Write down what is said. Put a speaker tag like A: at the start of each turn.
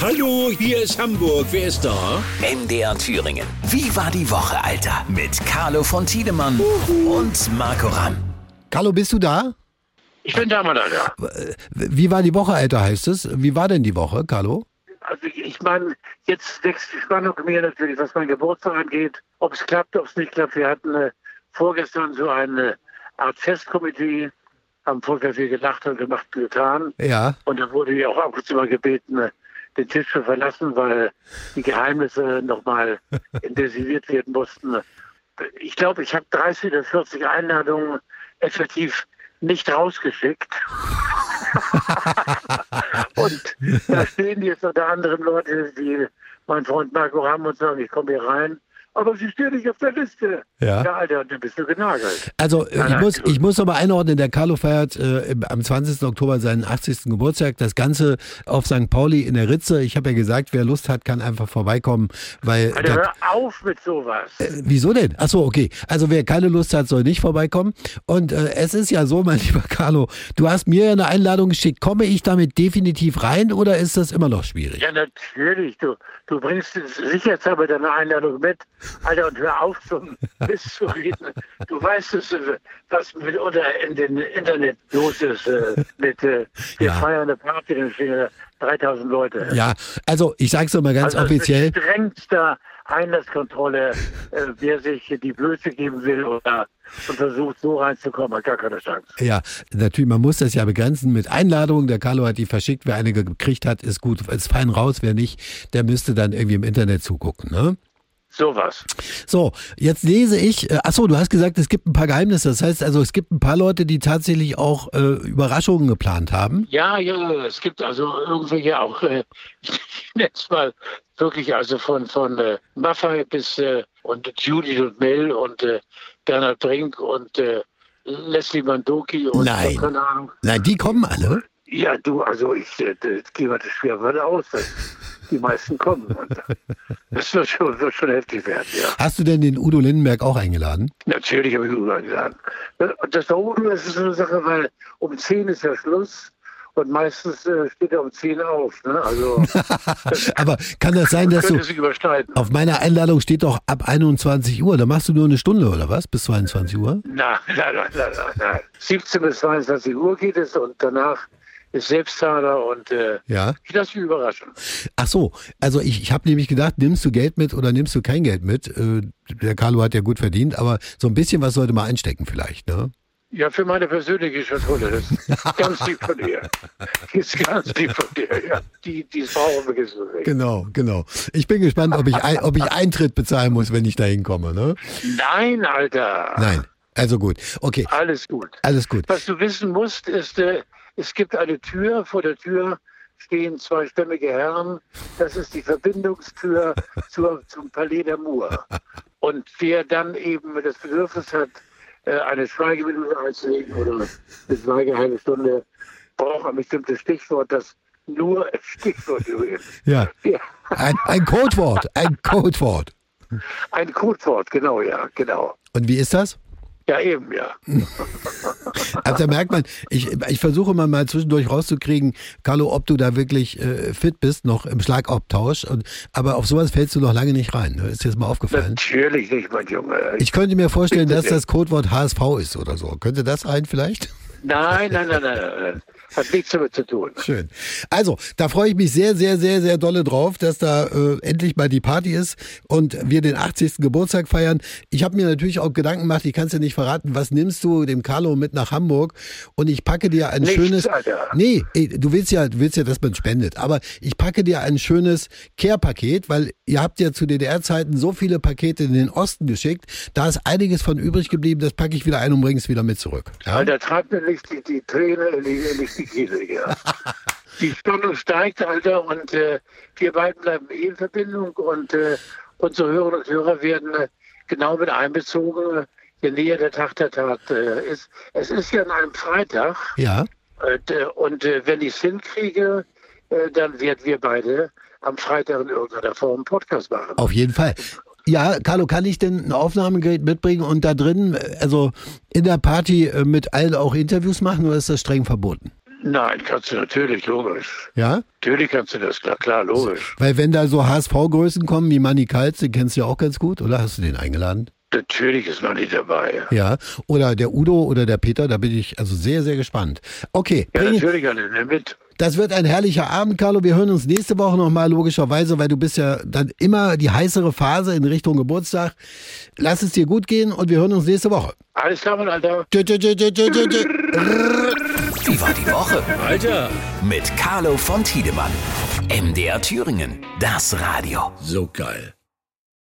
A: Hallo, hier ist Hamburg. Wer ist da?
B: MDR Thüringen. Wie war die Woche, Alter? Mit Carlo von Tiedemann und Marco Ramm.
C: Carlo, bist du da?
D: Ich bin da mal da, ja.
C: Wie war die Woche, Alter, heißt es? Wie war denn die Woche, Carlo?
D: Also ich meine, jetzt wächst die Spannung mir natürlich, was mein Geburtstag angeht. Ob es klappt, ob es nicht klappt. Wir hatten äh, vorgestern so eine Art Festkomitee, haben vorher viel gelacht und gemacht und getan.
C: Ja.
D: Und da wurde ich auch ab und zu mal gebeten, äh, den Tisch zu verlassen, weil die Geheimnisse nochmal intensiviert werden mussten. Ich glaube, ich habe 30 oder 40 Einladungen effektiv nicht rausgeschickt. und da stehen jetzt unter anderem Leute, die mein Freund Marco Ramm und sagen, ich komme hier rein. Aber sie stehen nicht auf der Liste.
C: Ja.
D: Alter, dann bist du genagelt.
C: Also äh, ich
D: nein,
C: muss,
D: du-
C: ich muss nochmal einordnen, der Carlo feiert äh, im- am 20. Oktober seinen 80. Geburtstag. Das Ganze auf St. Pauli in der Ritze. Ich habe ja gesagt, wer Lust hat, kann einfach vorbeikommen, weil...
D: Alter,
C: da-
D: hör auf mit sowas.
C: Wieso denn? Ach so, okay. Also wer keine Lust hat, soll nicht vorbeikommen. Und äh, es ist ja so, mein lieber Carlo, du hast mir ja eine Einladung geschickt. Komme ich damit definitiv rein oder ist das immer noch schwierig?
D: Ja, natürlich. Du, du bringst sicherheitshalber deine Einladung mit. Alter, und hör auf zum Mist zu reden. Du weißt es, äh, was mit oder in den Internet los ist. äh, Mit, äh, wir
C: Ja.
D: feiern eine Party, dann stehen da 3000 Leute.
C: Ja, also ich sag's nochmal ganz
D: Also es ist
C: offiziell.
D: strengster Einlasskontrolle, äh, wer sich die Blöße geben will oder und versucht so reinzukommen, hat gar keine Chance.
C: Ja, natürlich, man muss das ja begrenzen mit Einladungen. Der Carlo hat die verschickt. Wer eine gekriegt hat, ist gut, ist fein raus. Wer nicht, der müsste dann irgendwie im Internet zugucken. Ne?
D: Sowas.
C: So, jetzt lese ich, äh, achso, du hast gesagt, es gibt ein paar Geheimnisse. Das heißt also, es gibt ein paar Leute, die tatsächlich auch äh, Überraschungen geplant haben.
D: Ja, ja, es gibt also irgendwelche auch, äh, ich nenn's mal wirklich, also von, von äh, Maffay bis äh, und Judith und Mel und äh, Bernhard Brink und äh, Leslie Mandoki und
C: Nein.
D: keine Ahnung.
C: Nein, die kommen alle.
D: Ja, du, also ich äh, das gehe mal das schwer aus, dass die meisten kommen. Und das wird schon, wird schon heftig werden, ja.
C: Hast du denn den Udo Lindenberg auch eingeladen?
D: Natürlich habe ich Udo eingeladen. Und das da oben das ist so eine Sache, weil um 10 ist ja Schluss und meistens äh, steht er um 10 auf. Ne? Also
C: Aber kann das sein, dass du.
D: könnte sich überschneiden.
C: Auf meiner Einladung steht doch ab 21 Uhr. Da machst du nur eine Stunde oder was? Bis 22 Uhr?
D: Nein, nein, nein, nein, nein, nein. 17 bis 22 Uhr geht es und danach ist Selbstzahler und äh,
C: Ja.
D: ich lasse mich überraschen.
C: Ach so, also ich, ich habe nämlich gedacht, nimmst du Geld mit oder nimmst du kein Geld mit? Äh, der Carlo hat ja gut verdient, aber so ein bisschen was sollte man einstecken vielleicht, ne?
D: Ja, für meine persönliche Schatulle, das ist ganz lieb von dir. Das ist ganz lieb von dir, ja. Die, die brauchen wir jetzt nicht.
C: Genau, genau. Ich bin gespannt, ob ich, ein, ob ich Eintritt bezahlen muss, wenn ich da hinkomme, ne?
D: Nein, Alter.
C: Nein. Also gut. Okay,
D: Alles gut.
C: alles gut.
D: Was du wissen musst, ist, äh, es gibt eine Tür. Vor der Tür stehen zwei stämmige Herren. Das ist die Verbindungstür zur, zum Palais der Mur. Und wer dann eben das Bedürfnis hat, äh, eine Schweigeminute einzulegen oder eine Schweigehalbe Stunde, braucht ein bestimmtes Stichwort, das nur Stichwort übrigens.
C: Ja.
D: Ja,
C: Ein, ein Codewort, ein Codewort.
D: ein Codewort, genau, ja, genau.
C: Und wie ist das?
D: Ja, eben, ja.
C: Also da merkt man, ich, ich versuche immer mal zwischendurch rauszukriegen, Carlo, ob du da wirklich äh, fit bist, noch im Schlagabtausch. Und, aber auf sowas fällst du noch lange nicht rein. Ne? Ist dir das mal aufgefallen?
D: Natürlich nicht, mein Junge.
C: Ich könnte mir vorstellen, dass
D: Bitte.
C: das Codewort HSV ist oder so. Könnte das sein vielleicht?
D: Nein, nein, nein, nein, nein. Hat nichts damit zu tun.
C: Schön. Also, da freue ich mich sehr, sehr, sehr, sehr dolle drauf, dass da äh, endlich mal die Party ist und wir den 80. Geburtstag feiern. Ich habe mir natürlich auch Gedanken gemacht, ich kann es dir nicht verraten, was nimmst du dem Carlo mit nach Hamburg? Und ich packe dir ein
D: Nichts,
C: schönes...
D: Alter.
C: Nee, ey, du willst ja, du willst ja, dass man spendet. Aber ich packe dir ein schönes Care-Paket, weil ihr habt ja zu DDR-Zeiten so viele Pakete in den Osten geschickt. Da ist einiges von übrig geblieben. Das packe ich wieder ein und bringe es wieder mit zurück. Ja?
D: Alter, treibt mir nicht die, die Träne in die, in die Kehle, ja. die Spannung steigt, Alter, und äh, wir beiden bleiben eh in Verbindung und äh, unsere Hörerinnen und Hörer werden äh, genau mit einbezogen, äh, je näher der Tag der Tat äh, ist. Es ist ja an einem Freitag
C: ja.
D: und, äh, und äh, wenn ich es hinkriege, äh, dann werden wir beide am Freitag in irgendeiner Form einen Podcast machen.
C: Auf jeden Fall. Ja, Carlo, kann ich denn ein Aufnahmegerät mitbringen und da drin, äh, also in der Party äh, mit allen auch Interviews machen oder ist das streng verboten?
D: Nein, kannst du natürlich, logisch.
C: Ja?
D: Natürlich kannst du das, klar, klar logisch.
C: Weil wenn da so HSV-Größen kommen wie Manny Kaltz, den kennst du ja auch ganz gut, oder? Hast du den eingeladen?
D: Natürlich ist man nicht dabei.
C: Ja. Oder der Udo oder der Peter, da bin ich also sehr, sehr gespannt. Okay,
D: Ja,
C: bring-
D: natürlich alle ne, mit.
C: das wird ein herrlicher Abend, Carlo. Wir hören uns nächste Woche nochmal, logischerweise, weil du bist ja dann immer die heißere Phase in Richtung Geburtstag. Lass es dir gut gehen und wir hören uns nächste Woche.
D: Alles klar, mein Alter.
C: Tschö, tschö, tschö, tschö, tschö, tschö.
B: Wie war die Woche?
A: Alter,
B: Mit Carlo von Tiedemann. MDR Thüringen. Das Radio.
A: so geil.